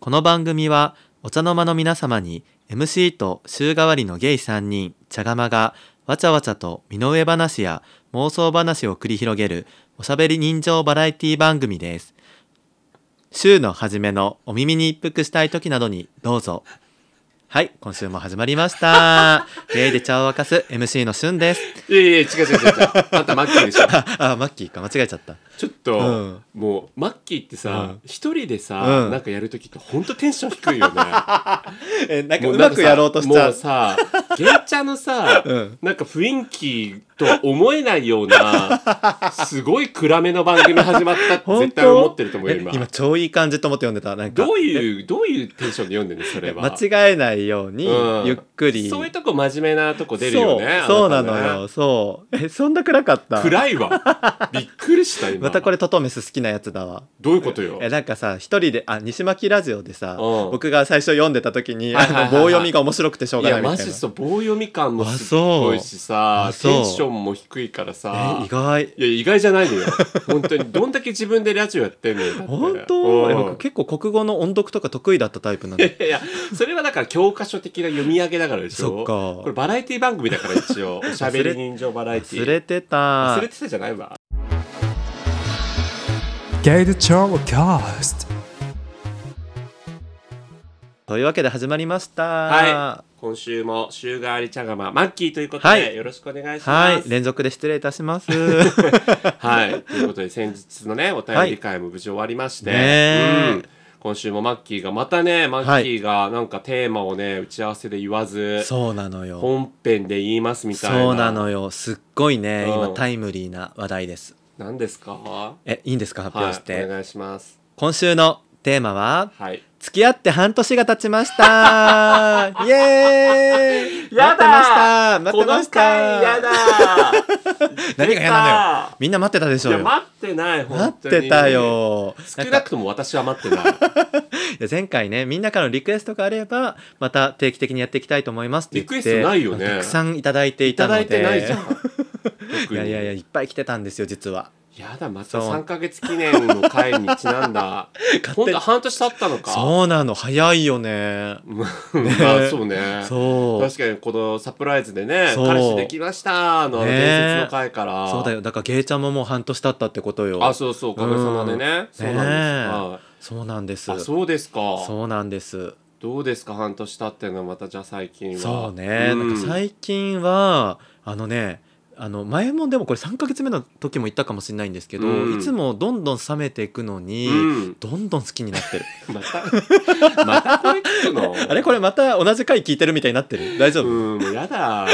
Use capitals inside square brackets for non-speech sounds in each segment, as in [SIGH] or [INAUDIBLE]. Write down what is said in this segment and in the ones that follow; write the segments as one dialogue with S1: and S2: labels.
S1: この番組はお茶の間の皆様に MC と週替わりのゲイ3人茶釜がわちゃわちゃと身の上話や妄想話を繰り広げるおしゃべり人情バラエティ番組です週の初めのお耳に一服したい時などにどうぞはい今週も始まりました [LAUGHS] ゲイで茶を沸かす MC のしゅんです
S2: いやいや違う違う違う違うあんたマッキーでしょ
S1: [LAUGHS] あマッキーか間違えちゃった
S2: ちょっと、
S1: うん
S2: もうマッキーってさ
S1: うん
S2: 一、人でさ、
S1: うん
S2: なんかやる時ってほんとテンション低いよね
S1: [LAUGHS] えなんか
S2: も
S1: うまくやろうとしちゃ
S2: もう
S1: う
S2: さゲイチャのさ、
S1: [LAUGHS] うん
S2: なんか雰囲気とは思えないようなすごい暗めの番組始まったって絶対思ってると思うよ
S1: え
S2: 今
S1: 今超いい感じと思って読んでたなんか
S2: どういうどういうテンションで読んでるのそれは
S1: 間違えないように、
S2: うん
S1: ゆっくり
S2: そういうとこ真面目なとこ出るよね
S1: そうそう
S2: あ
S1: な
S2: た
S1: の
S2: ね
S1: よそうえそんな暗かった
S2: 暗い
S1: [LAUGHS]
S2: わびっくりした今
S1: またこれトトメス好きなやつだわ
S2: どういうことよ
S1: えなんかさ一人であ西巻ラジオでさ
S2: うん
S1: 僕が最初読んでた時に
S2: は
S1: あ
S2: いはいはいはい
S1: の棒読みが面白くてしょう
S2: い
S1: がない
S2: や
S1: み
S2: マ
S1: たい
S2: ジ
S1: な
S2: そう棒読み感も
S1: あ
S2: すっごい
S1: そう
S2: しさ
S1: あそう
S2: テンションも低いからさ
S1: え意外
S2: いや意外じゃないのよ本当にどんだけ自分でラジオやってんのよだって
S1: 本
S2: う
S1: 当
S2: ん
S1: え僕結構国語の音読とか得意だったタイプなん
S2: いや
S1: で
S2: いやいやそれはだから教科書的な読み上げだからでし
S1: そ
S2: ょ
S1: っ
S2: こ
S1: か
S2: れバラエティ番組だから一
S1: [LAUGHS]
S2: 応おしゃべり人情バラエティ
S1: 忘れてた
S2: 忘れてたじゃないわ
S3: ゲイルチョーキャスト
S1: というわけで始まりました
S2: は今週も週替わり茶釜マッキーということ
S1: はい
S2: でよろしくお願いし
S1: は
S2: ます
S1: い連続で失礼いたし
S2: [LAUGHS]
S1: ます
S2: はい、ということで先日のねお便り会も無事終わりまして、
S1: はいねえ
S2: うん今週もマッキーがまたねマッキーがなんかテーマをね打ち合わせで言わず
S1: そうなのよ
S2: 本編で言いますみたいな
S1: そうなのよすっごいね、
S2: うん
S1: 今タイムリーな話題です
S2: 何ですかは
S1: えいいんですか発表して、
S2: いお願いします
S1: 今週のテーマは
S2: はい
S1: 付き合って半年が経ちました
S2: [LAUGHS]
S1: イエーイ
S2: やだ
S1: 待ってました
S2: この回
S1: 待
S2: や
S1: ってま
S2: だ
S1: した [LAUGHS] 何が嫌なのよみんな待ってたでしょ
S2: いうや
S1: よ
S2: 待ってない
S1: 待
S2: 本
S1: っ
S2: 当に
S1: てたよ
S2: 少
S1: な
S2: なんく
S1: か
S2: とも私は待ってな
S1: [LAUGHS]
S2: い
S1: いや前回ねみんなからのリクエストがあればまた定期的にやっていきたいと思いますって言って
S2: リクエストないよね
S1: たくさんいただいてい
S2: い
S1: た
S2: た
S1: の
S2: だ
S1: で
S2: いてないじ
S1: [LAUGHS]
S2: ゃん
S1: いやいやいや
S2: や
S1: いっぱい来てたんですよ実は
S2: やだま
S1: そ
S2: た
S1: う
S2: 3か月記念の回にちなんだ
S1: [LAUGHS] 勝
S2: 本
S1: 手に
S2: 当半年経ったのか
S1: そうなの早いよね
S2: うん [LAUGHS] まあそうね
S1: そう
S2: 確かにこのサプライズでね「
S1: そう
S2: 彼氏できました」のあの
S1: ね
S2: 伝説の回から、
S1: そうだよだからゲイちゃんももう半年経ったってことよ
S2: あそうそうおかげさまでね、そうなんですは
S1: そうなんです
S2: いあそうですか
S1: そうなんです
S2: どうですか半年経ってのまたじゃあ最近は
S1: そうね、
S2: ん
S1: なんか最近はあのねあの前もでもこれ3ヶ月目の時も言ったかもしれないんですけど、
S2: うん
S1: いつもどんどん冷めていくのに、
S2: うん
S1: どんどん好きになってる
S2: [LAUGHS] また [LAUGHS] またこれ聞くの
S1: [LAUGHS] あれこれまた同じ回聞いてるみたいになってる
S2: [LAUGHS]
S1: 大丈夫、
S2: うんもう
S1: [LAUGHS]
S2: やだあ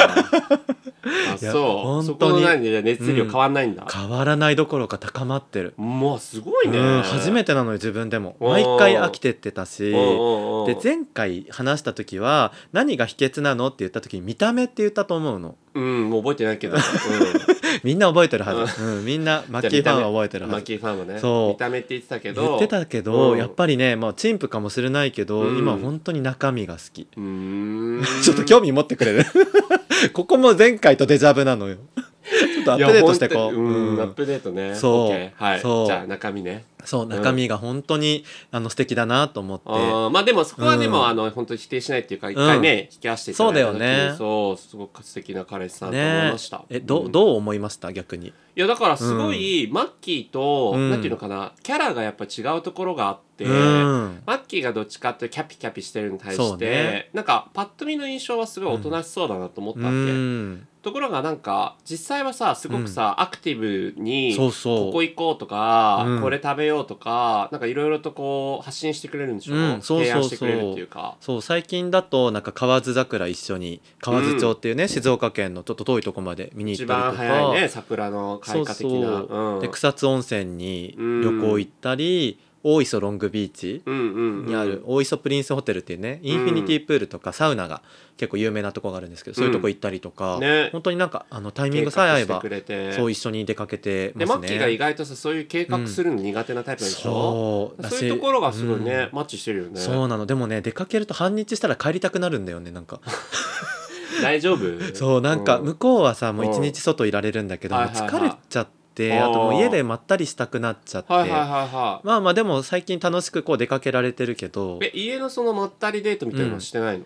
S1: いや
S2: そう
S1: 本当に
S2: そこの何で熱量変わんないんだ、
S1: 変わらないどころか高まってる、
S2: もうすごいね、
S1: うん、初め
S2: て
S1: てなのよ自分でも
S2: おー
S1: 毎回飽きてってたしで
S2: で
S1: 前回話した時は何が秘訣なのって言った時に見た目って言ったと思うの
S2: うんもう覚えてないけど、うん
S1: みんな覚えてるはず、うん、みんなマッキーファンは覚えてる
S2: マ
S1: は
S2: ッ
S1: ず
S2: キーファンもね
S1: そう
S2: 見た目って言ってたけど
S1: 言ってたけど、
S2: うん
S1: やっぱりね、まあ、チンプかもしれないけど、
S2: うん
S1: 今本当に中身が好き
S2: うーん
S1: ちょっと興味持ってくれ
S2: [LAUGHS]
S1: るここも前回とデジャブなのよちょっとアップデートしてこう、
S2: いや本当
S1: う
S2: に
S1: ん
S2: うんアップデートね
S1: そう
S2: オッケーはい
S1: そう
S2: じゃあ中身ね
S1: そう中身が本当にあの素敵だなと思って、
S2: あーまあでもそこはでも、
S1: うん
S2: あの本当に否定しないっていうか一回ね、引き合わせていただいた時
S1: そうだよね
S2: そうすごく素敵な彼氏さんと思い
S1: ね
S2: ました、
S1: えど
S2: んい
S1: どう思いました逆に
S2: やだからすごい、マッキーと、
S1: うん
S2: なんていうのかなキャラがやっぱ違うところがあって、
S1: うん
S2: マッキーがどっちかっていうとキャピキャピしてるのに対
S1: そ
S2: し
S1: う
S2: て、
S1: ね
S2: なんかパッと見の印象はすごいおとなしそうだなと思った
S1: う
S2: わけ、
S1: ん
S2: ところがなんか実際はさすごくさ、アクティブに
S1: そうそう
S2: ここ行こうとか、
S1: うん
S2: これ食べようとかなんかいろいろとこう発信してくれるんでしょ、
S1: うんそうそうそう
S2: 提案してくれるっていうか
S1: そう最近だとなんか河津桜一緒に河津町っていうね、静岡県のちょっと遠いとこまで見に行
S2: 一
S1: ったりとか
S2: 番早いね桜の開花的な
S1: そうそうで
S2: ん
S1: 草津温泉に旅行行ったり、大磯ロングビーチ
S2: うんうんうん
S1: にある大磯プリンスホテルっていうね、インフィニティプールとかサウナが結構有名なとこがあるんですけど、そういうとこ行ったりとか、
S2: ね
S1: 本当になんかあのタイミングさえ合えば
S2: 計画してくれて
S1: そう一緒に出かけて
S2: で
S1: ま
S2: マ
S1: す
S2: ッキーが意
S1: ね。
S2: 外とさそういう計画するの苦手なタイプなんでしょ、
S1: そうだし
S2: そういうところがすごいね、
S1: うん
S2: マッチしてるよね
S1: そうなのでもね出かけると半日したら帰りたくなるんだよねなんか
S2: 大丈夫
S1: そうなんか
S2: う
S1: 向こうはさもう
S2: うん
S1: 一日外いられるんだけど、
S2: はい
S1: もう
S2: はいはい
S1: 疲れちゃって
S2: あー
S1: あともう家でまったりしたくなっちゃって、
S2: はいはいはいはい
S1: まあまあでも最近楽しくこう出かけられてるけど
S2: え家のそのまったりデートみたいなのはしてないの、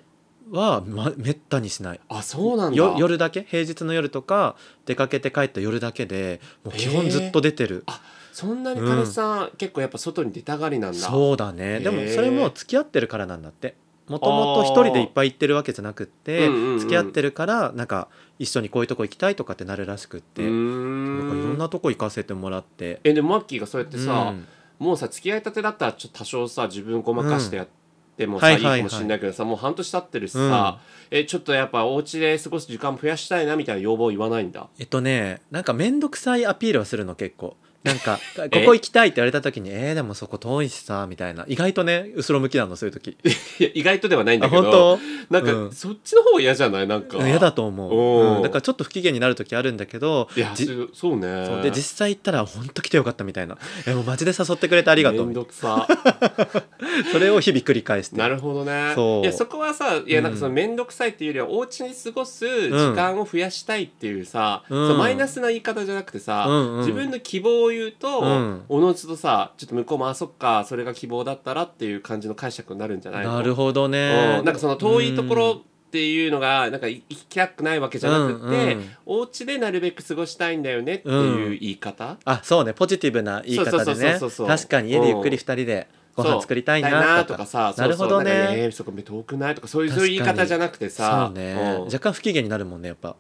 S1: は、ま、めったにしない
S2: あそうなんだ
S1: よ夜だけ平日の夜とか出かけて帰った夜だけでもう基本ずっと出てる、
S2: そんなに彼氏さん、結構やっぱ外に出たがりなんだ
S1: そうだねで
S2: へ
S1: も
S2: ー
S1: それも付き合ってるからなんだってもともと一人でいっぱい行ってるわけじゃなくって
S2: うんうんうん
S1: 付き合ってるからなんか一緒にこういうとこ行きたいとかってなるらしくっ
S2: う
S1: て、
S2: ー
S1: なんかいろん
S2: ん
S1: なとこ行かせてもらって
S2: えでもマッキーがそうやって
S1: う
S2: さ、
S1: ん
S2: もうさ付き合いたてだったらちょっと多少さ自分ごまかしてやってもさ、
S1: はいい
S2: い
S1: はいはい
S2: かもしれないけどさもう半年経ってるしさ、えちょっとやっぱお家で過ごす時間増やしたいなみたいな要望言わないんだ
S1: えっとねなんか面倒くさいアピールはするの結構なん
S2: [LAUGHS]
S1: かここ行きたいって言われた時にえー、でもそこ遠いしさみたいな意外とね後ろ向きなのそういう時
S2: いや意外とではないん
S1: あ
S2: だけど
S1: 本当
S2: なんか、
S1: うん
S2: そっちの方が嫌じゃないなんか
S1: 嫌だと思
S2: おー
S1: う、うんだからちょっと不機嫌になる時あるんだけど
S2: いや
S1: じ
S2: そうそうね
S1: そうで実際行ったら本当来てよかったみたいな「えもうマジで誘ってくれてありがとう
S2: めん
S1: みたい
S2: どくさ
S1: な」それを日々繰り返して
S2: なるほどね
S1: そう
S2: いやそこはさいやなんかその
S1: うん
S2: 面倒くさいっていうよりはお家に過ごす時間を増やしたいっていうさ、
S1: うん
S2: そのマイナスな言い方じゃなくてさ、
S1: うんうん
S2: 自分の希望を言うと、
S1: うん
S2: おのずとさちょっと向こうもあそっかそれが希望だったらっていう感じの解釈になるんじゃないの
S1: なるほど
S2: う
S1: ね
S2: んなんかその遠いところっていうのがなんか行きたくないわけじゃなく
S1: う
S2: って、
S1: んうん
S2: お家でなるべく過ごしたいんだよねっていう言い方、
S1: あそうねポジティブな言い方でね
S2: そうそうそうそうそう
S1: 確かに家でゆっくり2人でご
S2: そう
S1: 飯作りたい
S2: た
S1: な
S2: と
S1: と
S2: か
S1: か
S2: さ
S1: なるほどね
S2: そうそうなんかえーそこ遠くないとかそういうそういう言い
S1: 確か
S2: 方
S1: に
S2: じゃなくて
S1: そ
S2: さ
S1: うね
S2: うん
S1: 若干不機嫌になるもんねやっぱ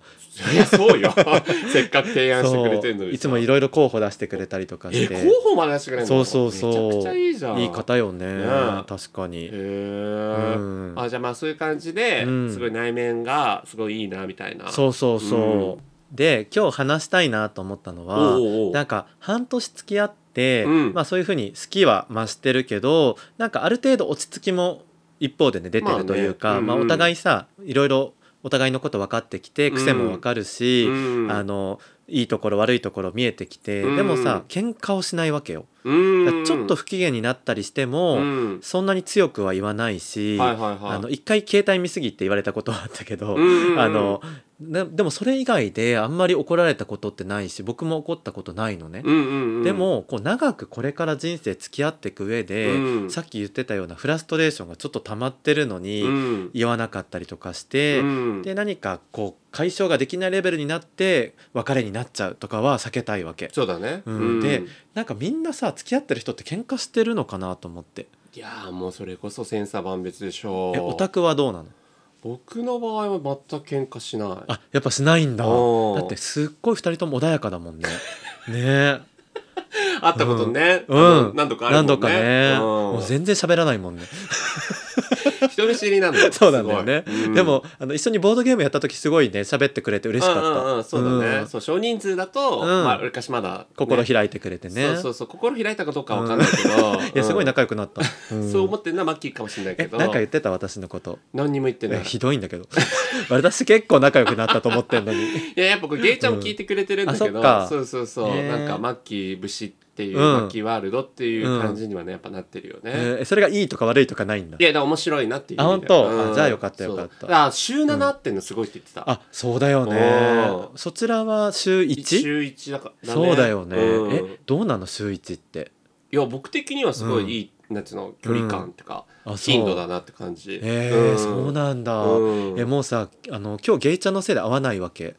S2: いやそうよ [LAUGHS] せっかく提案してくれてるの
S1: そう
S2: に
S1: いつもい
S2: ろ
S1: ろいろ候補出してくれたりとか
S2: え
S1: して
S2: 広報まで出してくれるの
S1: そうそうそう
S2: めちゃくちゃいいじゃん
S1: いい方よね
S2: ね
S1: 確か
S2: へ
S1: に
S2: ー
S1: うん
S2: あじゃあまあそういう感じで、
S1: うん
S2: すごい内面がすごいいいなみたいな
S1: そうそうそうで今日話したいなと思ったの
S2: お
S1: は
S2: うおうおう
S1: なんか半年付き合って、
S2: うん
S1: まあ、そういうふうに好きは増してるけどなんかある程度落ち着きも一方でね出てるというか、ま
S2: ま
S1: あ
S2: あねうんうん
S1: お互いさいろいろお互いのこと分かってきて
S2: うん
S1: 癖も分かるし、
S2: うん
S1: あのいいところ悪いところ見えてきて、
S2: うん
S1: でもさ喧嘩をしないわけよ。
S2: うん
S1: だからちょっと不機嫌になったりしても、
S2: うん
S1: そんなに強くは言わないし、
S2: はいはいはい
S1: あの一回携帯見すぎって言われたことはあったけど、
S2: うんうん
S1: あのででもそれ以外であんまり怒られたことってないし僕も怒ったことないのね、
S2: うんうんうん
S1: でもこう長くこれから人生付き合っていく上で、
S2: うん
S1: さっき言ってたようなフラストレーションがちょっと溜まってるのに、
S2: うん
S1: 言わなかったりとかして、
S2: うん
S1: で何かこう解消ができないレベルになって別れになっちゃうとかは避けたいわけ。
S2: そうだね、
S1: うんでなんかみんなさ付き合ってる人って喧嘩してるのかなと思って
S2: いやーもうそれこそ千差万別でしょう
S1: えオタクはどうなの
S2: 僕の場合は全く喧嘩しない
S1: あやっぱしないんだ
S2: おー
S1: だってすっごい2人とも穏やかだもん
S2: [LAUGHS]
S1: ねねえ
S2: 会ったことね、
S1: う
S2: あの
S1: ん
S2: 何度かあるも
S1: 何
S2: んね
S1: 度かね
S2: うん
S1: もう全然喋らないもんね [LAUGHS]
S2: 人見知りなんだよ
S1: そうなんだよね
S2: すごいうん
S1: でもあの一緒にボードゲームやった時すごいね喋ってくれて嬉しかった
S2: うんうんうんそうだね、
S1: うん
S2: そう少人数だと、
S1: うん
S2: まあ昔まだね、
S1: 心開いてくれてね
S2: そうそうそう心開いたかどうかは分かんないけど、
S1: いやすごい仲良くなった、
S2: うん
S1: ん
S2: そう思ってるのはマッキーかもしれないけ
S1: え
S2: ど
S1: なんか言ってた私のこと
S2: 何にも言ってない
S1: えひどいんだけど [LAUGHS] 私結構仲良くなったと思ってん
S2: [LAUGHS]
S1: のに
S2: いややっぱこれゲイちゃんも聞いてくれてるんだけど、
S1: うんあそっか
S2: そうそうそう、
S1: ね
S2: なんかマッキー節っていう、
S1: うん
S2: マッキーワールドっていう感じにはねやっぱなってるよね、
S1: えーそれがいいとか悪いとかないんだ
S2: いや、でも面白いなっていう意味で。
S1: あ本当
S2: うん
S1: あじゃあよかったよかった
S2: そうあ、週7ってんのすごいって言ってた。
S1: あそうだよ
S2: お
S1: ね
S2: ー
S1: そちらは週 1?
S2: 週1だから、
S1: そうだよね、
S2: うん
S1: えどうなの週1って
S2: いや、僕的にはすごいいい、なんていうの、距離感とか、
S1: あそう
S2: 頻度だなって感じ。
S1: えーそうなんだ、
S2: うん
S1: えもうさあの今日ゲイちゃんのせいで会わないわけ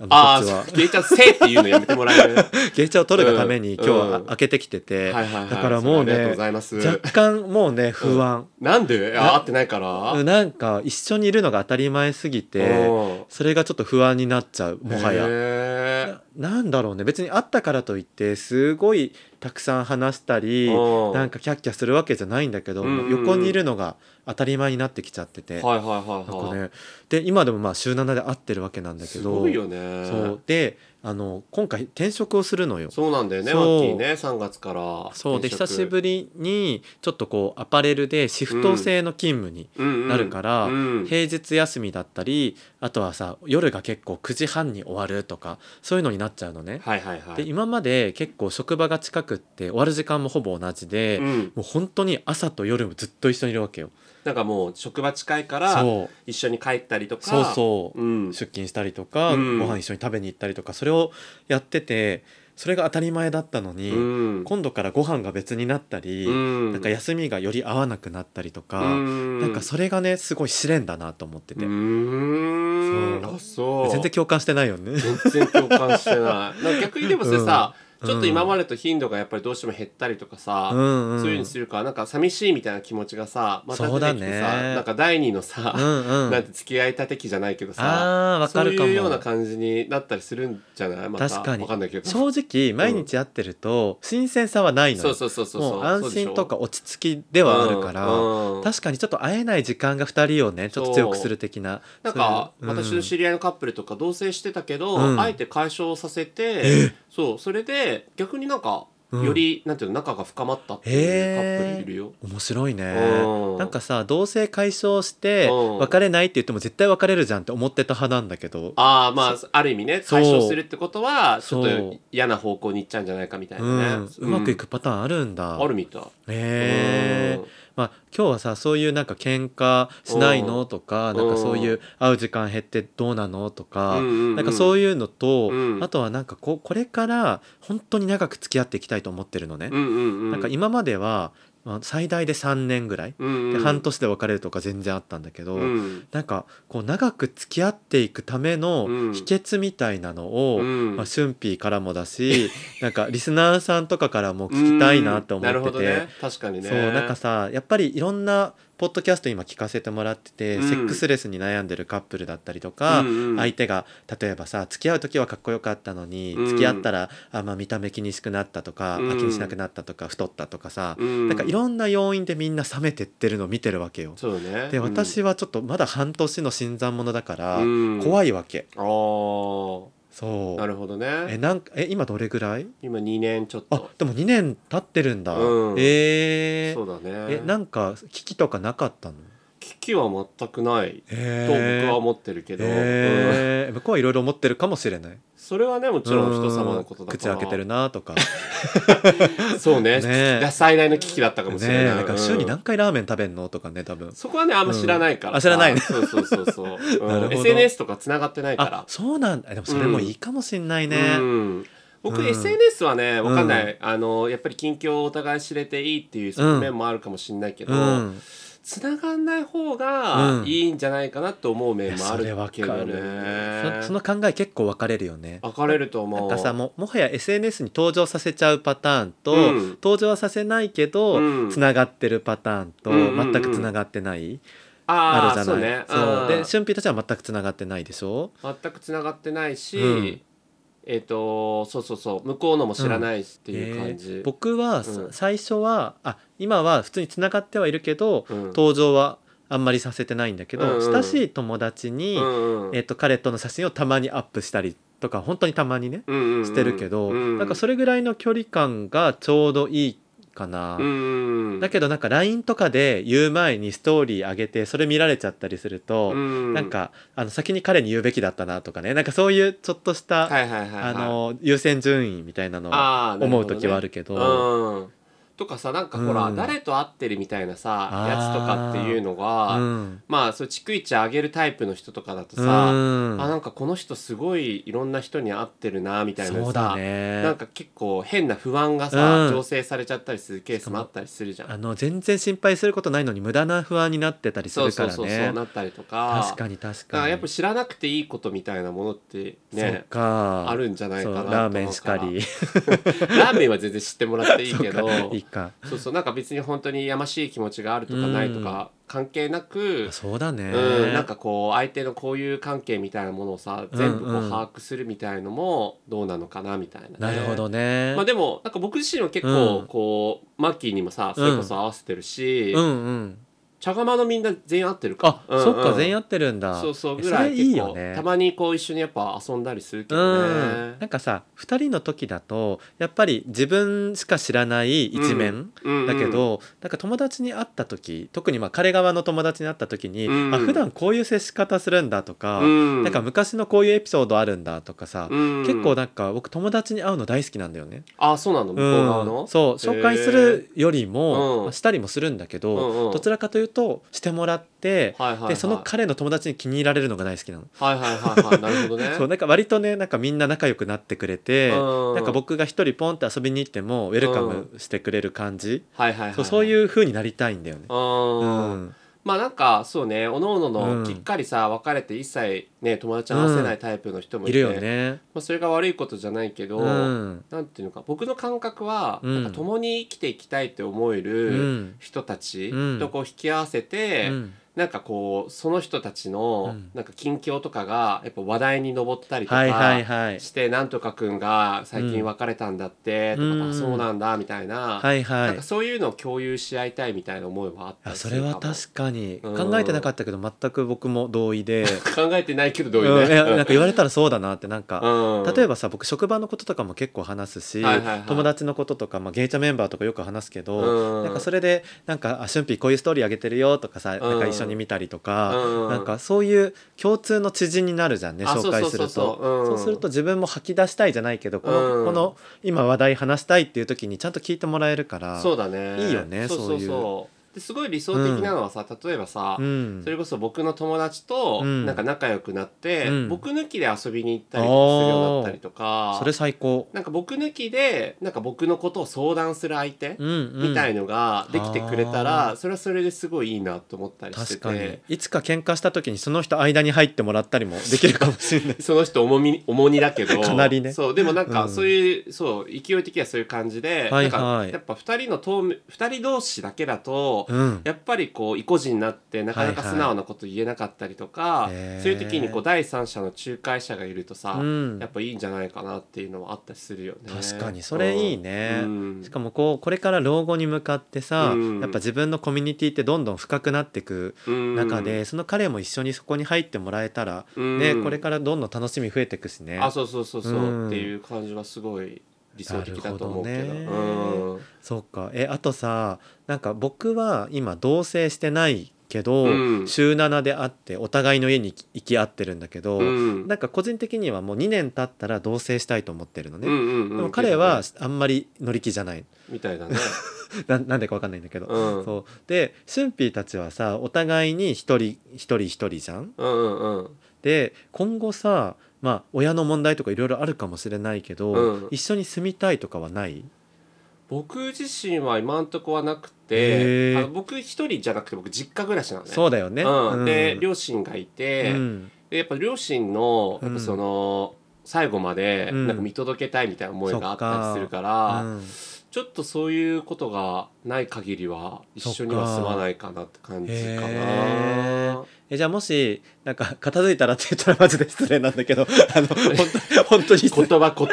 S1: あの
S2: あ
S1: こっち
S2: あ
S1: は、
S2: ゲイちゃん、せいっていうのやめてもらえ
S1: [LAUGHS]
S2: る。は
S1: ゲイちゃんを取るがために
S2: うん
S1: 今日は
S2: うん
S1: 開けてきてて、
S2: いはいはい。
S1: だからもうね
S2: それありがとうございます。
S1: 若干もうね不安、
S2: なんであ会ってないから
S1: うんなんか一緒にいるのが当たり前すぎてそれがちょっと不安になっちゃう
S2: うん
S1: もはや、
S2: へー
S1: ななんだろうね別に会ったからといってすごいたくさん話したり
S2: うん
S1: なんかキャッキャするわけじゃないんだけど、
S2: うんうんうん
S1: 横にいるのが当たり前になってきちゃってて、
S2: はいはいはい
S1: なん
S2: は
S1: か
S2: い。
S1: ねで今でもまあ週7で会ってるわけなんだけ
S2: す
S1: ど
S2: ごいよね。
S1: そうであの今回転職をするのよ。
S2: そうなんだよね、マ
S1: そう
S2: ッキーね、3月から。
S1: そうで久し
S2: り
S1: ぶりにちょっとこうアパレルでシフト制の勤務に
S2: に
S1: なるから、
S2: うん
S1: 平日休みだったりあとはさ夜が結構9時半に終わるとかそういうのになっちゃうのね。
S2: はいはいはい。
S1: で今まで結構職場が近くって終わる時間もほぼ同じで、
S2: うん、
S1: もう本当に朝と夜もずっと一緒にいるわけよ。
S2: なんかもう職場近いから
S1: そう
S2: 一緒に帰ったりとか
S1: そうそう、
S2: うん、
S1: 出勤したりとか、
S2: うん
S1: ご飯一緒に食べに行ったりとかそれをやっててそれが当たり前だったのに、
S2: うん
S1: 今度からご飯が別になったり、
S2: うん
S1: なんか休みがより合わなくなったりとか、
S2: うん
S1: なんかそれがねすごい試練だなと思って
S2: う
S1: て、
S2: ーん
S1: そう
S2: あそう
S1: 全然共感してないよね。
S2: 全然共感して
S1: [LAUGHS]
S2: ないなんか逆にでもそれさ、
S1: うん
S2: ちょっと今までと頻度がやっぱりどうしても減ったりとか
S1: [LAUGHS]
S2: さ、
S1: うんうん
S2: そういうのにするからなんか寂しいみたいな気持ちがさまた出てきてさ、
S1: そうだね
S2: なんか第二のさ、
S1: うんうん
S2: なんて付き合いたてきじゃないけどさ
S1: あーわかるかも
S2: そういうような感じになったりするんじゃないまた
S1: 確かに
S2: わかんないけど
S1: 正直毎日会ってると新鮮さはないの
S2: そう
S1: よ
S2: そうそうそう
S1: もう安心とか
S2: そう
S1: 落ち着きで
S2: でしょ
S1: はあるから、
S2: うんうん
S1: 確かにちょっと会えない時間が2人をねちょっと強くする的な
S2: なんか私の
S1: り
S2: 知り合いのカップルとか同棲してたけど、
S1: うん
S2: あえて解消させてそうそれで逆になんか
S1: うん
S2: より、なんていうの仲が深まったっていうカップルいるよ。
S1: 面白いね
S2: うん
S1: なんかさ同棲解消して
S2: うん
S1: 別れないって言っても絶対別れるじゃんって思ってた派なんだけど
S2: ああまあある意味ね
S1: そう
S2: 解消するってことはちょ
S1: そ
S2: っと
S1: う
S2: 嫌な方向に行っちゃうんじゃないかみたい
S1: うん
S2: なね、
S1: うまくいくパターンあるんだ、
S2: あるみたい
S1: へー
S2: うん
S1: まあ、今日はさそういうなんか喧嘩しないのとか
S2: うん
S1: なんかそういう会う時間減ってどうなのとか、
S2: うんうんうん
S1: なんかそういうのと、
S2: うん
S1: あとはなんかこうこれから本当に長く付き合っていきたいと思ってるのね。
S2: うんうんうん
S1: なんか今まではまあ最大で3年ぐらい、
S2: うんう
S1: で
S2: ん
S1: 半年で別れるとか全然あったんだけど、
S2: うん
S1: なんかこう長く付き合っていくための
S2: うん
S1: 秘訣みたいなのを、
S2: うん
S1: まあ、シュンピーからもだ
S2: [LAUGHS]
S1: しなんかリスナーさんとかからも聞きたいなと思っ
S2: うんなる
S1: て
S2: ほど
S1: て。
S2: ね確かにね
S1: そうなんかさやっぱりいろんなポッドキャスト今聞かせてもらってて、
S2: うん
S1: セックスレスに悩んでるカップルだったりとか、
S2: うんうん
S1: 相手が例えばさ付き合う時はかっこよかったのに、
S2: うん
S1: 付き合ったらあ、まあ、見た目気にしくなったとか、
S2: うん
S1: あ気にしなくなったとか太ったとかさ、
S2: うん
S1: なんかいろんな要因でみんな冷めてってるのを見てるわけよ。
S2: そうね
S1: で私はちょっとまだ半年の新参者だから、
S2: うん
S1: 怖いわけ。
S2: ああ
S1: そう
S2: なるほど
S1: え
S2: ね
S1: なんえ今どれぐらい
S2: 今2年ちょっ
S1: あ
S2: と
S1: でも2年経ってるんだ。
S2: うん
S1: えー
S2: そうだね
S1: えなんか危機とかなかったの
S2: 危機は全くないと僕
S1: え
S2: は思ってるけど、うん
S1: えー向こうはいろいろ思ってるかもしれないも
S2: それはねもちろん人様のことだ
S1: 口
S2: から
S1: 開けてるなとかね
S2: そうね
S1: ね
S2: が最大の危機だったかもしれない、
S1: えなんか週に
S2: うん
S1: 何回ラーメン食べんのとかね多分
S2: そこはねあんま知らないから、
S1: うんあ知らないね
S2: そうそうそうそう、う
S1: [LAUGHS]
S2: ん
S1: なるほど
S2: SNS とかつながってないか
S1: あ
S2: ら
S1: そうなんだでもそれもいいかもしんないね
S2: うん、僕、
S1: うん
S2: SNS はねわかんない、
S1: う
S2: あのやっぱり近況をお互い知れていいっていう側面もあるかもしれないけど、
S1: うん、
S2: つながんない方が
S1: うん
S2: いいんじゃないかなと思う
S1: い
S2: 面
S1: や
S2: もあ
S1: それ
S2: る
S1: わ
S2: け
S1: か
S2: どね
S1: るそその考え結構分かれるよね
S2: 分かれると
S1: な
S2: 思
S1: ん
S2: う
S1: かさももはや SNS に登場させちゃうパターンと、
S2: うん
S1: 登場はさせないけど、
S2: うん
S1: つながってるパターンと、
S2: うんうんうん
S1: 全くつながってない
S2: あ
S1: ある
S2: ー
S1: じゃない
S2: そうね
S1: で俊平たちは全くつながってないでしょ
S2: 全くつながってないし、
S1: うん
S2: えっ、とそうそうそう向こうのも知らないしっていう感じ、
S1: えー僕はさ、
S2: うん
S1: 最初はあ今は普通につながってはいるけど、
S2: うん
S1: 登場はあんまりさせてないんだけど、
S2: うんうん
S1: 親しい友達に、
S2: うんうん
S1: えっと彼との写真をたまにアップしたりとか本当にたまにね、
S2: うんうんうん
S1: してるけど、
S2: うう
S1: なんかそれぐらいの距離感がちょうどいいかな。
S2: うんうん
S1: だけどなんか LINE とかで言う前にストーリー上げてそれ見られちゃったりすると、
S2: うん
S1: なんかあの先に彼に言うべきだったなとかねなんかそういうちょっとした、
S2: はいはいはいはい
S1: あの優先順位みたいなのは
S2: あーなる
S1: 思
S2: ほ
S1: う
S2: どね
S1: 時はあるけど
S2: うんとかさなんかほら、
S1: うん
S2: 誰と会ってるみたいなさ
S1: あー
S2: やつとかっていうのが、
S1: うん
S2: まあそう逐一上げるタイプの人とかだと
S1: う
S2: さ、
S1: ん
S2: あなんかこの人すごいいろんな人に会ってるなみたいな
S1: そうだ
S2: さ、
S1: ね
S2: なんか結構変な不安がさ、
S1: うん
S2: 醸成されちゃったりするケースもあったりするじゃん
S1: あ。の全然心配することないのに無駄な不安になってたりす
S2: そう
S1: る
S2: そ
S1: か
S2: う
S1: ら
S2: そうそう
S1: ね
S2: なったりとか
S1: 確かに確
S2: だか
S1: からに
S2: やっぱ知らなくていいことみたいなものって
S1: そう
S2: ね
S1: か
S2: あるんじゃないかな
S1: そう
S2: と
S1: ラーメ
S2: 思
S1: ン
S2: う
S1: しか
S2: か
S1: らり
S2: ラーメンは全然知ってもらっていいけ
S1: [LAUGHS]
S2: ど
S1: そうかいいか
S2: そうそうなんか別に本当にやましい気持ちがあるとかないとか関係なく
S1: あ、そうだね
S2: うん、なんかこう相手のこういう関係みたいなものをさ全部こ
S1: うんう
S2: うん把握するみたいのもどうなのかなみたいな、ね
S1: なるほどね
S2: まあでもなんか僕自身は結
S1: う
S2: 構
S1: ん
S2: こう、マッキーにもさそれこそ合わせてるし、
S1: うんうん
S2: 茶釜のみんな全員合ってるか
S1: あそっか全員やってるんだ
S2: そうそう
S1: え
S2: ぐらい
S1: それいい
S2: 結
S1: よ
S2: 構
S1: ね
S2: たまにこう一緒にやっぱ遊んだりするけ
S1: う
S2: どね、
S1: ん、なんかさ2人の時だとやっぱり自分しか知らない一面
S2: うんうんうん
S1: だけど、なんか友達に会った時特にまあ彼側の友達に会った時に、
S2: うん
S1: あ普段こういう接し方するんだとか、
S2: うん
S1: なんか昔のこういうエピソードあるんだとかさ、
S2: うん
S1: 結構なんか僕友達に会うの大好きなんだよね。
S2: あそうなの向こう側の、
S1: うんそう紹介するよりも、
S2: うん
S1: まあしたりもするんだけど、
S2: うんうん
S1: どちらかというとしてもらって、
S2: はいはいはい
S1: でその彼の友達に気に入られるのが大好きなの。
S2: はいはいはいはいなるほど
S1: [LAUGHS]
S2: ね
S1: そうなんか割とねなんかみんな仲良くなってくれて、
S2: うん
S1: なんか僕が一人ポンって遊びに行ってもウェルカムしてくれる感じ、
S2: はいはいはい
S1: そうそういうう風になりたいんだよね。
S2: うん、
S1: うん
S2: まあなんかそうねおのおの
S1: うん
S2: のきっかりさ別れて一切ね友達合わせないタイプの人も
S1: い
S2: い
S1: る
S2: て、
S1: よね。
S2: まあ、それが悪いことじゃないけど、
S1: うん
S2: なんていうのか僕の感覚は、
S1: うん
S2: なんか共に生きていきたいって思え
S1: う
S2: る
S1: ん
S2: 人たち
S1: うん
S2: とこう引き合わせ
S1: う
S2: て、
S1: ん
S2: なんかこうその人たち
S1: う
S2: の
S1: ん
S2: なんか近況とかがやっぱ話題に上ったりとか。
S1: はいはいはい。
S2: してなんとかくんが最近別れたんだってとか、
S1: うん
S2: あそうなんだみたいな,、
S1: はいは
S2: なん
S1: い
S2: か。そういうのを共有し合いたいみたいな思いはあった
S1: あ
S2: り
S1: そ
S2: す
S1: れ
S2: る
S1: は
S2: も
S1: 確かに
S2: うん
S1: 考えてなかったけど全く僕も同意
S2: [LAUGHS]
S1: で、
S2: 考えてないけどど
S1: う、
S2: うんい
S1: いう
S2: ね、
S1: やなんか言われたらそうだなってなんか。
S2: うん、
S1: 例え
S2: ば
S1: ばさ僕職場のこととかも結構話すし、
S2: はいはいはい
S1: 友達のこととか、まあ、ゲイチャメンバーとかよく話すけど、
S2: うん
S1: なんかそれでなんか「あ俊ぴこういうストーリーあげてるよ」とかさ、なんか一緒に見たりとか、
S2: うん
S1: なんかそういう共通の知人になるじゃんね
S2: あ
S1: 紹介する
S2: そうそうそ
S1: と。
S2: うそう,、
S1: そうすると自分も吐き出したいじゃないけどこの,、
S2: うん
S1: この今話題話したいっていう時にちゃんと聞いてもらえるから
S2: そうだね
S1: いいよね
S2: そうそうそうですごい理想的なのはさ、例えばさ、
S1: うん
S2: それこそ僕の友達と
S1: うん
S2: なんか仲良くなって、
S1: うん
S2: 僕抜きで遊びに行ったりとかするようになったりとか
S1: それ最高、
S2: なんか僕抜きでなんか僕のことを相談する相手
S1: うんうん
S2: みたいのができてくれた
S1: あー
S2: らそれはそれですごいいいなと思ったりして
S1: 確かに
S2: て
S1: いつか喧嘩した時にその人間に入ってもらったりもできるかもしれ
S2: [LAUGHS]
S1: ない
S2: その人重み重荷だけど
S1: かなりね
S2: そうでもなん
S1: う
S2: か
S1: ん
S2: そういう、そう勢い的にはそういう感じで、
S1: はいはい
S2: なんかやっぱ2人の透明二人同士だけだと、
S1: うん
S2: やっぱりこう意固地になってなかなか
S1: はいはい
S2: 素直なこと言えなかったりとか、
S1: へー
S2: そういう時にこう第三者の仲介者がいるとさ、
S1: うん
S2: やっぱいいんじゃないかなっていうのはあったりするよね。
S1: 確かにそれいいね
S2: うん
S1: しかもこうこれから老後に向かってさ、
S2: うん
S1: やっぱ自分のコミュニティってどんどん深くなっていく
S2: うん
S1: 中で、その彼も一緒にそこに入ってもらえたら、
S2: うん
S1: ね、これからどんどん楽しみ増えていくしね
S2: あそうそうそうそう、
S1: うん
S2: っていう感じはすごい理想的だと思うけど
S1: なるほ
S2: う
S1: ど
S2: ん
S1: そうかえあとさなんか僕は今同棲してないけど、
S2: うん
S1: 週7で会ってお互いの家に行き合ってるんだけど、
S2: うん
S1: なんか個人的にはもう2年経ったら同棲したいと思ってるのね、
S2: うんうんうん
S1: でも彼はあんまり乗り気じゃない
S2: みた
S1: [LAUGHS]
S2: いなね、
S1: ななんでかわかんないんだけど、
S2: うん、
S1: そうで俊ーたちはさお互いに一人一人一人じゃん
S2: うんうんうん
S1: で今後さまあ親の問題とかいろいろあるかもしれないけど、
S2: うん
S1: 一緒に住みたいとかはない
S2: 僕自身は今んとこはな
S1: へ
S2: くて
S1: ー
S2: あの僕一人じゃなくて僕実家暮らしなのね
S1: そうだよね、
S2: うん
S1: うん
S2: で両親がいて、
S1: うん
S2: でやっぱ両親のやっぱその、最後まで
S1: うん
S2: なんか見届けたいみたいな思いがあったりするから、
S1: うん
S2: ちょっとそういうことがない限りは一緒には住まないかなって感じか
S1: そっかへ
S2: な。
S1: えじゃあもしなんか片付いたらって言ったらマジで失礼なんだけど
S2: [LAUGHS]
S1: あの本当本当に失
S2: 言
S1: 礼い
S2: 葉言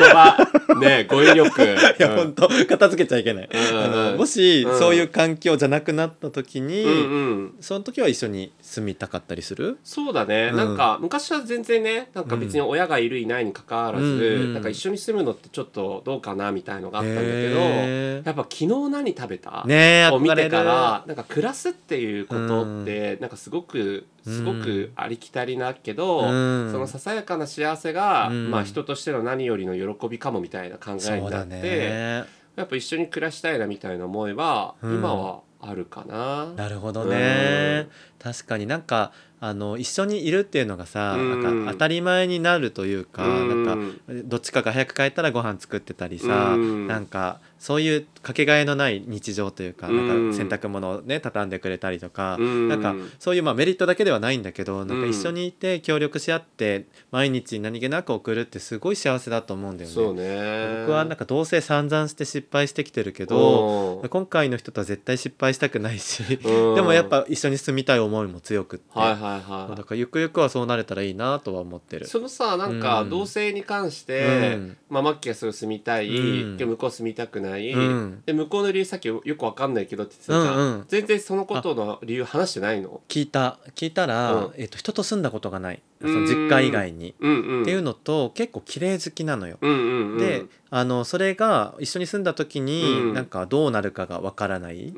S2: 葉ね語彙
S1: [LAUGHS]
S2: 力。
S1: や
S2: う
S1: 本
S2: ん
S1: 当片付けちゃいけない、
S2: うん
S1: あの
S2: うん
S1: もし、
S2: うん
S1: そういう環境じゃなくなった時に、
S2: うんうん
S1: その時は一緒に住みたかったりする
S2: そうだね、
S1: うん
S2: なんか昔は全然ねなんか別に親がいるいないにかかわらず、
S1: うんうん
S2: なんか一緒に住むのってちょっとどうかなみたいのがあったんだけど、
S1: へー
S2: やっぱ昨日何食べた、
S1: ねえ
S2: を見
S1: 憧れ
S2: て
S1: る
S2: からなんか暮らすっていうことってなんかすごく
S1: うん
S2: すごくありきたりなけ
S1: う
S2: ど、
S1: ん
S2: そのささやかな幸せが、
S1: うん
S2: まあ、人としての何よりの喜びかもみたいな考え
S1: そう
S2: にな
S1: だ
S2: って、
S1: ね
S2: やっぱ一緒に暮らしたいなみたいな思いは
S1: うん
S2: 今はあるかな。
S1: なるほどね確かになんかあの一緒にいるっていうのがさ、
S2: うん
S1: なんか当たり前になるというか、
S2: うん
S1: なんかどっちかが早く帰ったらご飯作ってたりさ、
S2: うん
S1: なんかそういうかけがえのない日常というか,、
S2: う
S1: なん
S2: ん
S1: か洗濯物をね畳んでくれたりとか、
S2: うん
S1: なんかそういうまあメリットだけではないんだけどなんか
S2: うん
S1: 一緒にいて協力し合って毎日何気なく送るってすごい幸せだと思うんだよね。
S2: そうね
S1: 僕はなん
S2: か
S1: か同棲散々して失敗してきてるけど
S2: ど
S1: 今回の人とは絶対失敗したくないし
S2: う
S1: [LAUGHS]
S2: ん
S1: でもやっぱ一緒に住みたい思いも強くって、
S2: はいはいはい
S1: だからゆくゆくはそうなれたらいいなとは思ってる。
S2: そのさなんか
S1: うん
S2: 同性に関して、
S1: うん
S2: まあ、マッキーはそれを住みたい、
S1: うん
S2: で向こう住みたくない、
S1: うん
S2: で向こうの理由さっきよくわかんないけどって言ってたじゃん、
S1: うんうん
S2: 全然そのことの理由話してないの
S1: 聞いた聞いたら、
S2: うん
S1: えっと人と住んだことがない、そ
S2: う
S1: の実家以外に。
S2: うんうん
S1: っていう
S2: の
S1: のと結構綺麗好きなのよ。
S2: うんうんうん
S1: であのそれが一緒に住んだ時
S2: うん
S1: になんかどうなるかがわからないと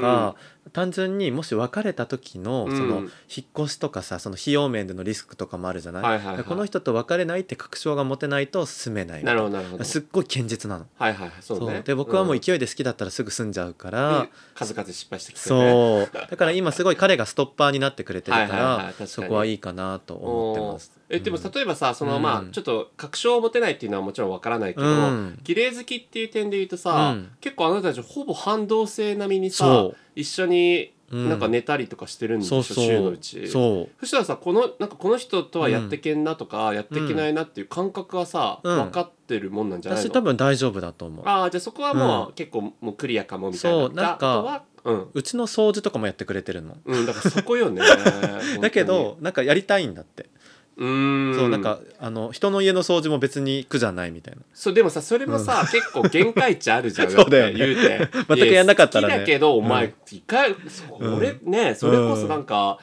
S1: か、単純にもし別れた時のその
S2: うん
S1: 引っ越しとかさその費用面でのリスクとかもあるじゃない,、
S2: はいはいはい
S1: この人と別れないって確証が持てないと住めないみた
S2: ないるほどなるほど
S1: すっごい堅実なの。
S2: はいはいはいそうね
S1: で僕はもうん勢いで好きだったらすぐ住んじゃうから、
S2: ね数々失敗してきてね
S1: そうだから今すごい彼がストッパーになってくれてるから、
S2: はいはいはい確かに
S1: そこはいいかなと思ってます。
S2: えでも
S1: うん
S2: 例えばさその
S1: うん
S2: まあちょっと確証を持てないっていうのはもちろんわからないけど
S1: うん
S2: 綺麗好きっていう点で言うとさ
S1: うん
S2: 結構あなたたちほぼ半同性並みにさ
S1: そ
S2: 一緒に
S1: う、
S2: なんか
S1: ね
S2: 寝たりとかしてるんでし
S1: そ
S2: ょ
S1: うそう
S2: 週のうち
S1: そう
S2: そしたらさこのなんかこの人とはやってけんなとかやってけないなっていう感覚はさ
S1: うん
S2: 分かってるもんなんじゃない
S1: 私多
S2: の
S1: 分大丈夫だと思う
S2: ああじゃあそこはも
S1: う
S2: う結構もうクリアかもみたいな
S1: そうなんか
S2: あとはうん
S1: うちの掃除とかもやってくれてるの
S2: うんだからそこ
S1: [LAUGHS]
S2: よね
S1: だけどなんかやりたいんだって、
S2: 本当にうーん
S1: そうなんかあの人の家の掃除も別に苦じゃないみたいな
S2: そうでもさそれもさ、結構限界値あるじゃ
S1: [LAUGHS]
S2: ん
S1: そうだよね
S2: 言うて
S1: 全くやんなかったらね
S2: いや好きだけど
S1: うん
S2: お前、一回そう
S1: うん
S2: 俺ねそれこそなんか、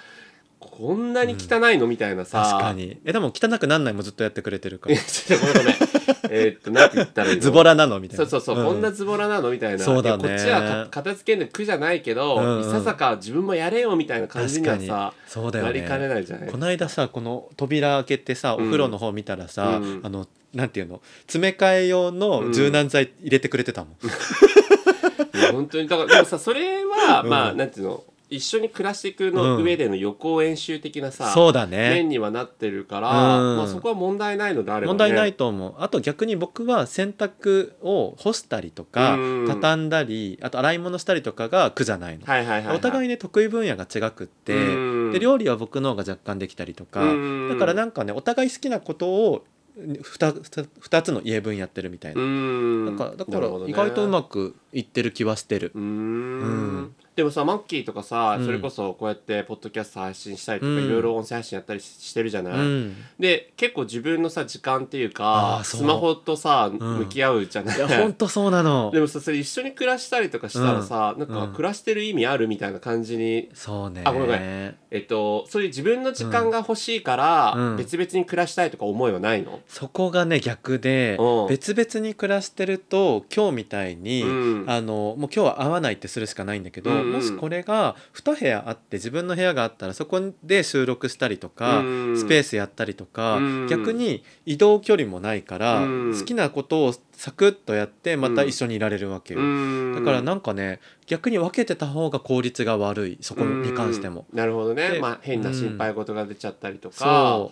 S2: こんなに汚いのみたいなさ
S1: 確かにえでも汚くなんないもずっとやってくれてるか
S2: [LAUGHS] い
S1: ら
S2: やちょっとごめん
S1: [LAUGHS]
S2: ごめんえーっとなんて言ったらいいの
S1: ズボラなのみたい
S2: そ
S1: な
S2: うそうそう、
S1: ん
S2: こんなズボラなのみたいな
S1: そうだね
S2: いやこっちはか片付けるの苦じゃないけど、
S1: うんうん
S2: いささか自分もやれよみたいな感じには
S1: 確か
S2: さ
S1: そうだよ
S2: な
S1: ね
S2: りかねないじゃない
S1: この間さこの扉開けてさお
S2: うん
S1: 風呂の方見たらさ、
S2: うん
S1: あのなんていうの詰め替え用の柔軟剤入れてくれてたもん、
S2: いや本当にだからでもさそれは、
S1: うん
S2: まあなんていうの一緒に暮らしていくの上での予行演習的なさ、
S1: そうだね
S2: 面にはなってるから、
S1: うん
S2: まあ、そこは問題ないのであれば、ね、
S1: 問題ないと思うあと逆に僕は洗濯を干したりとか
S2: うん
S1: 畳んだりあと洗い物したりとかが苦じゃないの、
S2: はいはいはいはい、
S1: お互いね得意分野が違くって、
S2: うん
S1: で料理は僕の方が若干できたりとか、
S2: うん
S1: だからなんかねお互い好きなことを 2, 二つの家分やってるみたいな、
S2: うん
S1: なんかだか
S2: な
S1: ら
S2: るほどね
S1: 意外とうまくいってる気はしてる
S2: うーん
S1: うん
S2: でもさマッキーとかさ、
S1: うん
S2: それこそこうやってポッドキャスト配信したりと
S1: う
S2: か
S1: ん
S2: いろいろ音声配信やったりししてるじゃない、
S1: うん
S2: で結構自分のさ時間っていう
S1: あ
S2: か
S1: ーそう
S2: スマホとさ、
S1: ん
S2: 向き合うじゃない
S1: いやほんとそうなの
S2: [LAUGHS] でもさそれ一緒に暮らしたりとかしたらさ、
S1: ん
S2: なん
S1: うん
S2: か暮らしてる意味あるみたいな感じに、
S1: そうね
S2: あごめんごめえっと、そういう自分の時間が欲しいから、
S1: うん
S2: 別々に暮らしたいとか思いはないの、
S1: そこがね逆で
S2: うん
S1: 別々に暮らしてると今日みたいに、
S2: うん
S1: あのもう今日は会わないってするしかないんだけど、
S2: うんうん
S1: もしこれが2部屋あって自分の部屋があったらそこで収録したりとか、
S2: うん
S1: スペースやったりとか、
S2: うん
S1: 逆に移動距離もないから、
S2: うん
S1: 好きなことをサクッとやってまた一緒にいられるわけよ、
S2: だ
S1: だからなんかね逆に分けてた方が効率が悪いそこに関しても。
S2: うんなるほどね
S1: で、
S2: まあ、変な心配事が出ちゃったりとか、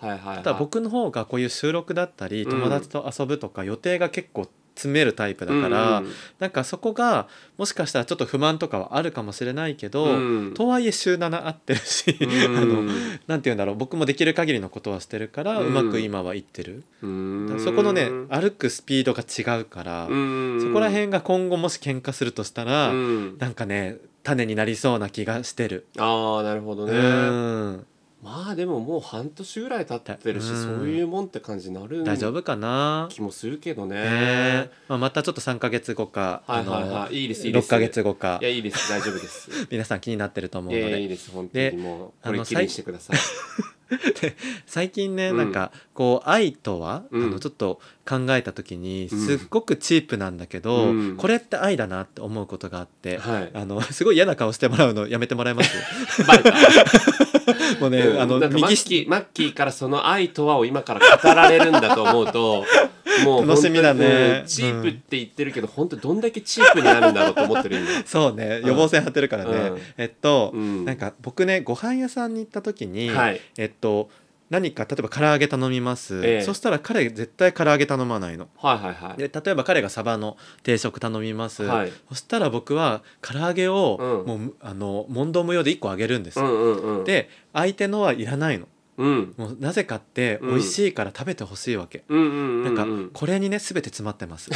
S1: そう
S2: はいはいはい、
S1: ただ僕の方がこういう収録だったり
S2: うん
S1: 友達と遊ぶとか予定が結構詰めるタイプだから、
S2: うん
S1: なんかそこがもしかしたらちょっと不満とかはあるかもしれないけど、
S2: うん
S1: とはいえ週7合ってるし、
S2: う
S1: [LAUGHS]
S2: ん
S1: あのなんて言うんだろう僕もできる限りのことはしてるから、う
S2: うん
S1: まく今はいってる
S2: うん
S1: だからそこのね
S2: うん
S1: 歩くスピードが違うから、
S2: うん
S1: そこら辺が今後もし喧嘩するとしたら、
S2: うん
S1: なんかね種になりそうな気がしてる。
S2: ああなるほどね、
S1: うん
S2: まあでももう半年ぐらい経ってるし、
S1: うん
S2: そういうもんって感じになる
S1: 大丈夫かな
S2: 気もするけどね、
S1: ねまあ、またちょっと3ヶ月後か、
S2: はいはいはい
S1: あの
S2: いいですいいです
S1: 6ヶ月後か
S2: いやいいです大丈夫
S1: [LAUGHS]
S2: です
S1: 皆さん気になってると思う
S2: い
S1: の
S2: やいやい
S1: で
S2: いです本当に
S1: で
S2: もう
S1: あ
S2: こ
S1: の
S2: れきれいにしてください
S1: 最近ね、
S2: うん
S1: なんかこう愛とは、
S2: う
S1: あ
S2: ん
S1: のちょっと考えた時に
S2: うん
S1: すっごくチープなんだけど、
S2: うん
S1: これって愛だなって思うことがあって。
S2: はい
S1: あのすごい嫌な顔してもらうのやめてもらえます
S2: バレた
S1: [LAUGHS] もうね、
S2: うん
S1: あの
S2: なんかマ
S1: 右
S2: ッキ
S1: 下
S2: ーマッキーからその愛とはを今から語られるんだと思
S1: [LAUGHS]
S2: うともう本当に
S1: 楽しみだね
S2: うんチープって言ってるけど、本当どんだけチープになるんだろうと思ってる今
S1: そうね予防線張ってるからね、
S2: うん
S1: えっと、
S2: うん
S1: なんか僕ねご飯屋さんに行った時に、
S2: はい
S1: えっと何か例えば唐揚げ頼みます、
S2: ええ
S1: そしたら彼絶対唐揚げ頼まないの
S2: はいはいはい
S1: で例えば彼がサバの定食頼みます、
S2: はい
S1: そしたら僕は唐揚げを
S2: うん
S1: もう、あの問答無用で1個あげるんです
S2: う
S1: よ、
S2: んうんうん
S1: で相手のはいらないの
S2: うん
S1: もうなぜかって
S2: うん
S1: 美味しいから食べてほしいわけ、
S2: うんうんうんう
S1: なんんかこれにね全て詰まってます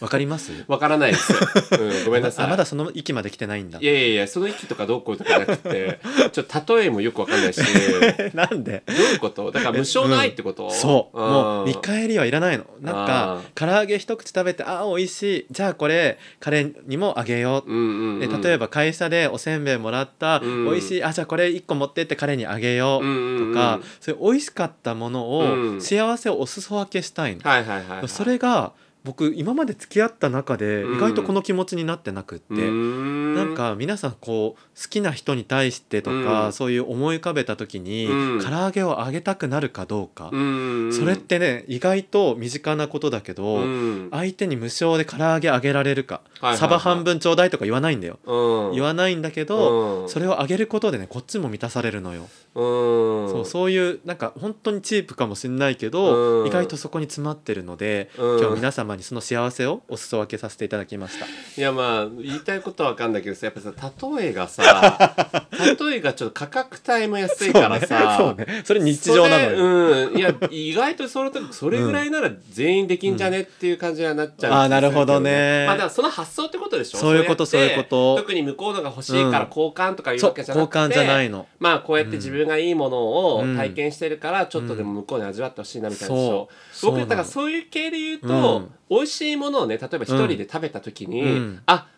S1: わかります
S2: わからないですよ、
S1: [LAUGHS]
S2: うん、 [LAUGHS] ごめんなさい
S1: あまだその域まで来てないんだ
S2: いやいやいやその域とかどうこうとかじゃなくてちょっと例えもよくわかんないし
S1: [LAUGHS] なんで
S2: どういうことだから無償の愛ってこと、
S1: そうもう見
S2: 一回
S1: 返りはいらないのなんか
S2: あ
S1: 唐揚げ一口食べてあー美味しいじゃあこれカレーにもあげよう、
S2: うんうんうん、
S1: で例え
S2: ば
S1: ば会社でおせんべいもらった、
S2: うん
S1: 美味しいあじゃあこれ一個持ってって彼にあげよ
S2: と
S1: う、とか、そういう美味しかったもの
S2: う
S1: を
S2: ん
S1: 幸せをお裾分けしたいの、
S2: はいはいはいはい
S1: それが僕今まで付き合った中で
S2: うん
S1: 意外とこの気持ちになってなくって、な
S2: なん
S1: か皆さんこう好きな人に対してとか、
S2: うん
S1: そういう思い浮かべた時に、
S2: うん
S1: 唐揚げをあげたくなるかどうか、
S2: うん
S1: それってね意外と身近なことだけど、
S2: うん
S1: 相手に無償で唐揚げあげられるか、
S2: はいはいはい
S1: サバ半分ちょうだいとか言わないんだよ、
S2: うん
S1: 言わないんだけど、
S2: うん
S1: それをあげることでねこっちも満たされるのよ。
S2: うん
S1: そうそういうなんか本当にチープかもしれないけど、
S2: うん
S1: 意外とそこに詰まってるので、
S2: うん
S1: 今日皆様にその幸せをお裾分けさせていただきました。
S2: いやまあ言いたいことはわかんないけどさやっぱさ例えがさ例えがちょっと価格帯も安いからさ
S1: そうねそうねそれ日常なのよ。
S2: それうんいや意外とその時それぐらいなら全員できんじゃねっていう感じにはなっちゃう、
S1: うんあーなるほどね
S2: まあだからその発想ってことでしょ
S1: そういうこと
S2: やって
S1: そういうこと
S2: 特に向こうのが欲しいから
S1: うん
S2: 交換とかいう
S1: そう
S2: わけじゃ
S1: 交
S2: なくて、
S1: 換じゃないの。
S2: まあこうやって自分がいいものを
S1: うん
S2: 体験してるからちょっとでも向こうに味わってほしいなみたいなでしょ、
S1: そうそ
S2: 僕
S1: うなの
S2: だからそういう系で言うと、
S1: うん
S2: 美味しいものをね例えば一人で食べた時に、
S1: うん
S2: あ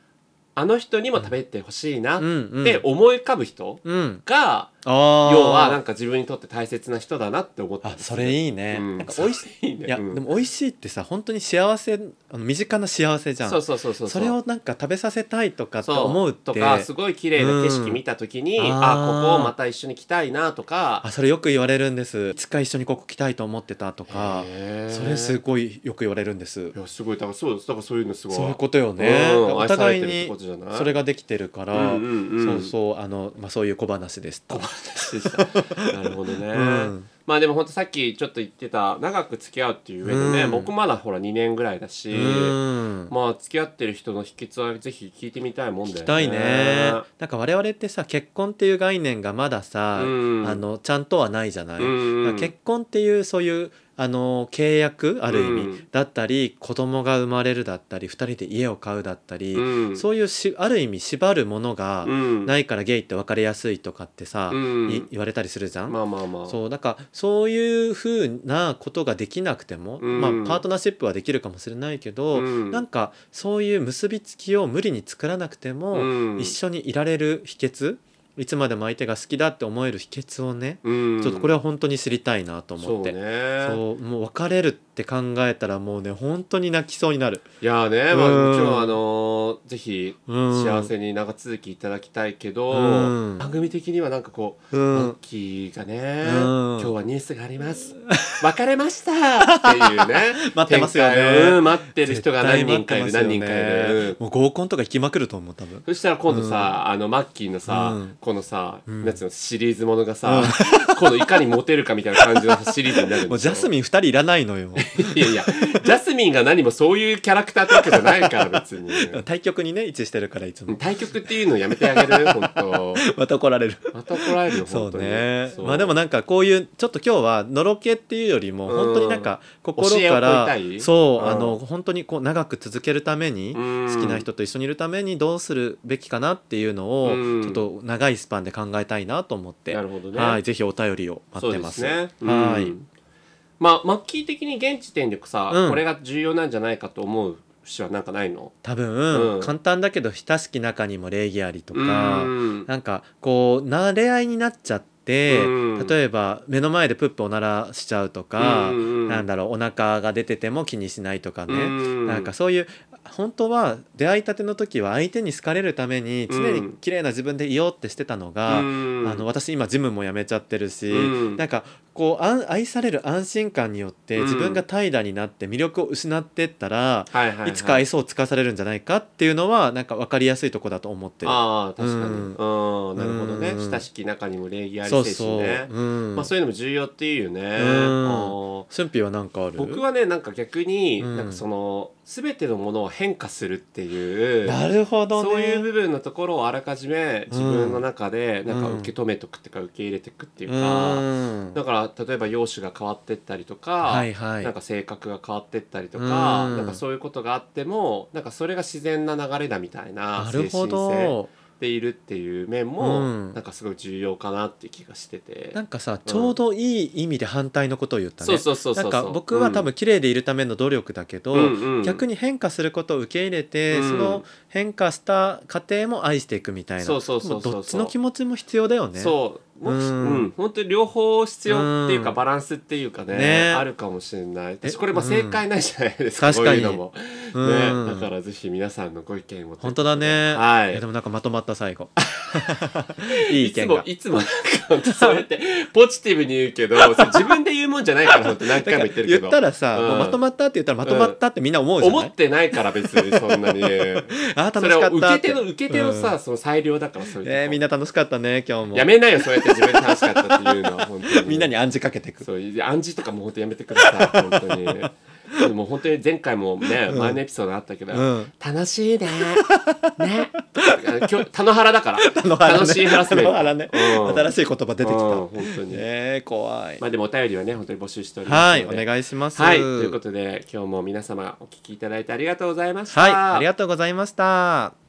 S2: あの人にも食べてほしいな
S1: う
S2: っ
S1: んうん。
S2: て思い浮かぶ人
S1: うん。
S2: が、
S1: ああ。
S2: 要はなんか自分にとって大切な人だなって思ったん
S1: あ
S2: ですよ
S1: それいいね。
S2: うん
S1: なんか美味しい。
S2: いいね
S1: いや、
S2: うん
S1: でも美味しいってさ本当に幸せあの身近な幸せじゃん。
S2: そうそうそうそう
S1: それをなんか食べさせたいとかって
S2: そう
S1: 思うって
S2: とかすごい綺麗な景色見た時に、
S1: うんあ
S2: あ
S1: ー
S2: ここまた一緒に来たいなとか
S1: あそれよく言われるんです。いつか一緒にここ来たいと思ってたとか。
S2: へー
S1: それすごいよく言われるんです
S2: い。やすごいだからそうだからそういうのすごい
S1: そういうことよね。
S2: うん
S1: お互い
S2: 愛されてるって
S1: に
S2: ことじゃない
S1: それができてるから、
S2: うんうんうん
S1: そうそうあのまあそういう小話です。小話
S2: でした [LAUGHS] なるほど
S1: [LAUGHS]
S2: ね、
S1: うん
S2: まあでも本当さっきちょっと言ってた長く付き合うっていう上でね、
S1: うん
S2: 僕まだほら2年ぐらいだし、
S1: うん。
S2: まあ付き合ってる人の秘訣はぜひ聞いてみたいもんだよね
S1: 聞きたいね。なんか我々ってさ結婚っていう概念がまださ、
S2: うん
S1: あのちゃんとはないじゃない。
S2: うんうん
S1: だから結婚っていうそういうあの契約ある意味、
S2: うん
S1: だったり子供が生まれるだったり2人で家を買うだったり、
S2: うん
S1: そういうしある意味縛るものが
S2: うん
S1: ないからゲイって別れやすいとかってさ、
S2: うん
S1: い言われたりするじゃん。
S2: まあまあまあ
S1: そうなんかそういうふうなことができなくても、
S2: うん
S1: まあ、パートナーシップはできるかもしれないけど、
S2: うん
S1: なんかそういう結びつきを無理に作らなくても、
S2: うん
S1: 一緒にいられる秘訣いつまでも相手が好きだって思える秘訣をね、
S2: うん
S1: ちょっとこれは本当に知りたいなと
S2: そ
S1: 思
S2: う
S1: って。
S2: ね
S1: そうもう別れるって考えたらもうね本当に泣きそうになる、
S2: いやーね、まあ、
S1: うん
S2: もちろんあのーぜひ
S1: うん
S2: 幸せに長続きいただきたいけど、
S1: うん
S2: 番組的にはなんかこう、
S1: うん
S2: マッキーがね、
S1: うん
S2: 今日はニュースがあります別れましたっていうね
S1: [LAUGHS] 待ってますよね
S2: 展開をうん待ってる人が何人かいる、
S1: 絶対
S2: 何
S1: 待ってま
S2: 人か
S1: すよ
S2: い
S1: ね
S2: る、うん
S1: もう合コンとか行きまくると思う多分
S2: そしたら今度さ、あのマッキーのさ、
S1: うん
S2: このさ、
S1: ん
S2: なんつうのシリーズものがさ、今度いかにモテるかみたいな感じのシリーズになるんでしょ
S1: [LAUGHS] もうジャスミン2人いらないのよ
S2: いやいやジャスミンが何もそういうキャラクターってわけじゃないから別に
S1: 対局にね位置してるからいつも
S2: 対局っていうのやめてあげる本当
S1: また怒られ
S2: [LAUGHS]
S1: る
S2: また怒られるよ
S1: そ
S2: 本
S1: う
S2: 当に
S1: ね
S2: そう
S1: まあでもなんかこういうちょっと今日はのろけっていうよりも
S2: うん
S1: 本当になんか心
S2: 教えを
S1: か
S2: 請い
S1: ら、
S2: たい
S1: そう、
S2: うん
S1: あの本当にこう長く続けるために
S2: うん
S1: 好きな人と一緒にいるためにどうするべきかなっていうのを
S2: うん
S1: ちょっと長いスパンで考えたいなと思って
S2: なるほどね
S1: はいぜひお便りを待ってます
S2: そうですね
S1: はい、
S2: うんまあマッキー的に現時点でさ、
S1: うん
S2: これが重要なんじゃないかと思う節はなんかないの
S1: 多分、
S2: うん
S1: 簡単だけど親しき中にも礼儀ありとか、
S2: うん
S1: なんかこうなれ合いになっちゃって、
S2: うん
S1: 例えば目の前でプップおならしちゃうとか、
S2: うんうんうん
S1: なんだろうお腹が出てても気にしないとかね、
S2: うん
S1: なんかそういう本当は出会いたての時は相手に好かれるために常
S2: う
S1: に
S2: ん
S1: 綺麗な自分でいようってしてたのが、
S2: うん
S1: あの私今ジムも辞めちゃってるし、
S2: うん
S1: なんかこうあん愛される安心感によって
S2: うん
S1: 自分が怠惰になって魅力を失ってったら、
S2: はいはい,、はい
S1: つか愛想をつかされるんじゃないかっていうのはなんか分かりやすいとこだと思ってる。
S2: ああ確かに、
S1: うん
S2: うん、なるほどね
S1: うん
S2: 親しき中にも礼儀あり大
S1: そう
S2: 選手
S1: そう、
S2: ね。
S1: うん
S2: まあそういうのも重要っていうよね。
S1: ん
S2: あー
S1: 俊平は何かある
S2: 僕はねなんか逆に、
S1: うん
S2: なんかその全てのものを変化するっていう
S1: なるほどね
S2: そういう部分のところをあらかじめ自分の中でなんか受け止めとくっていうか受け入れていくっていうか、
S1: うん
S2: だから例えば容姿が変わってったりとか、
S1: はいはい
S2: なんか性格が変わってったりとか、
S1: うん
S2: なんかそういうことがあってもなんかそれが自然な流れだみたいな
S1: な
S2: 精
S1: る
S2: 神
S1: ほ
S2: 性
S1: ど
S2: でいるっていう面も、
S1: うん
S2: なんかすごい重要かなっていう気がしてて。
S1: なんかさちょうどいい意味で反対のことを言ったね、
S2: そうそうそうそうそう
S1: なんか僕は多分綺麗でいるための努力だけど、
S2: うんうん
S1: 逆に変化することを受け入れて、
S2: うん
S1: その変化した過程も愛していくみたいな
S2: そうそうそうそうそう
S1: もどっちの気持ちも必要だよね
S2: そう、もし
S1: う
S2: うんん、本当に両方必要っていうか、
S1: うん
S2: バランスっていうかね、
S1: ね
S2: あるかもしれない。
S1: え
S2: 私これまあ
S1: うん
S2: 正解ないじゃないですか。
S1: 確かに
S2: こういうのも、
S1: う
S2: ね、だ
S1: ん
S2: からぜひ皆さんのご意見を。
S1: 本当だね、
S2: はい
S1: やで
S2: い。
S1: もなんかまとまった最
S2: [LAUGHS]
S1: 後いい意
S2: いつ
S1: 見
S2: も
S1: が、
S2: いつもなんか本当そうやってポジティブに言う
S1: [LAUGHS]
S2: けど、それ自分で言うもんじゃないから、本当
S1: だ
S2: 何回
S1: か
S2: も
S1: ら
S2: 言ってるけ
S1: 言
S2: ど。
S1: ったらさ、
S2: うん
S1: もうまとまったって言ったらまとまったってみんな思うじゃない、
S2: 思ってないから別にそんなに。
S1: [LAUGHS] あー
S2: そ
S1: 楽
S2: れ
S1: しか
S2: を
S1: っ
S2: 受
S1: たっ
S2: け
S1: て
S2: 手の受け手のさ、その裁量だからそうれ
S1: んえーみんな楽しかったね今日も
S2: やめなよそうやって自分で楽しかったってい
S1: [LAUGHS]
S2: うのは本当に
S1: みんなに暗示かけてく
S2: そういう暗示とかも本当やめてください本当に
S1: [LAUGHS]
S2: でも本当に前回もね、
S1: うん
S2: 前のエピソードあったけど、
S1: うん
S2: 楽しいねね今日田野原だから
S1: 野原ね
S2: 楽しいハラスメント
S1: 田野原ね新
S2: い
S1: しい言葉出てきた、
S2: 本当に、
S1: えー、怖い、
S2: まあでもお便りはね本当に募集しておりま
S1: は
S2: す
S1: い
S2: の
S1: お
S2: で
S1: 願いします
S2: はいということで今日も皆様お聞きいただいてありがとうございました、
S1: はいありがとうございました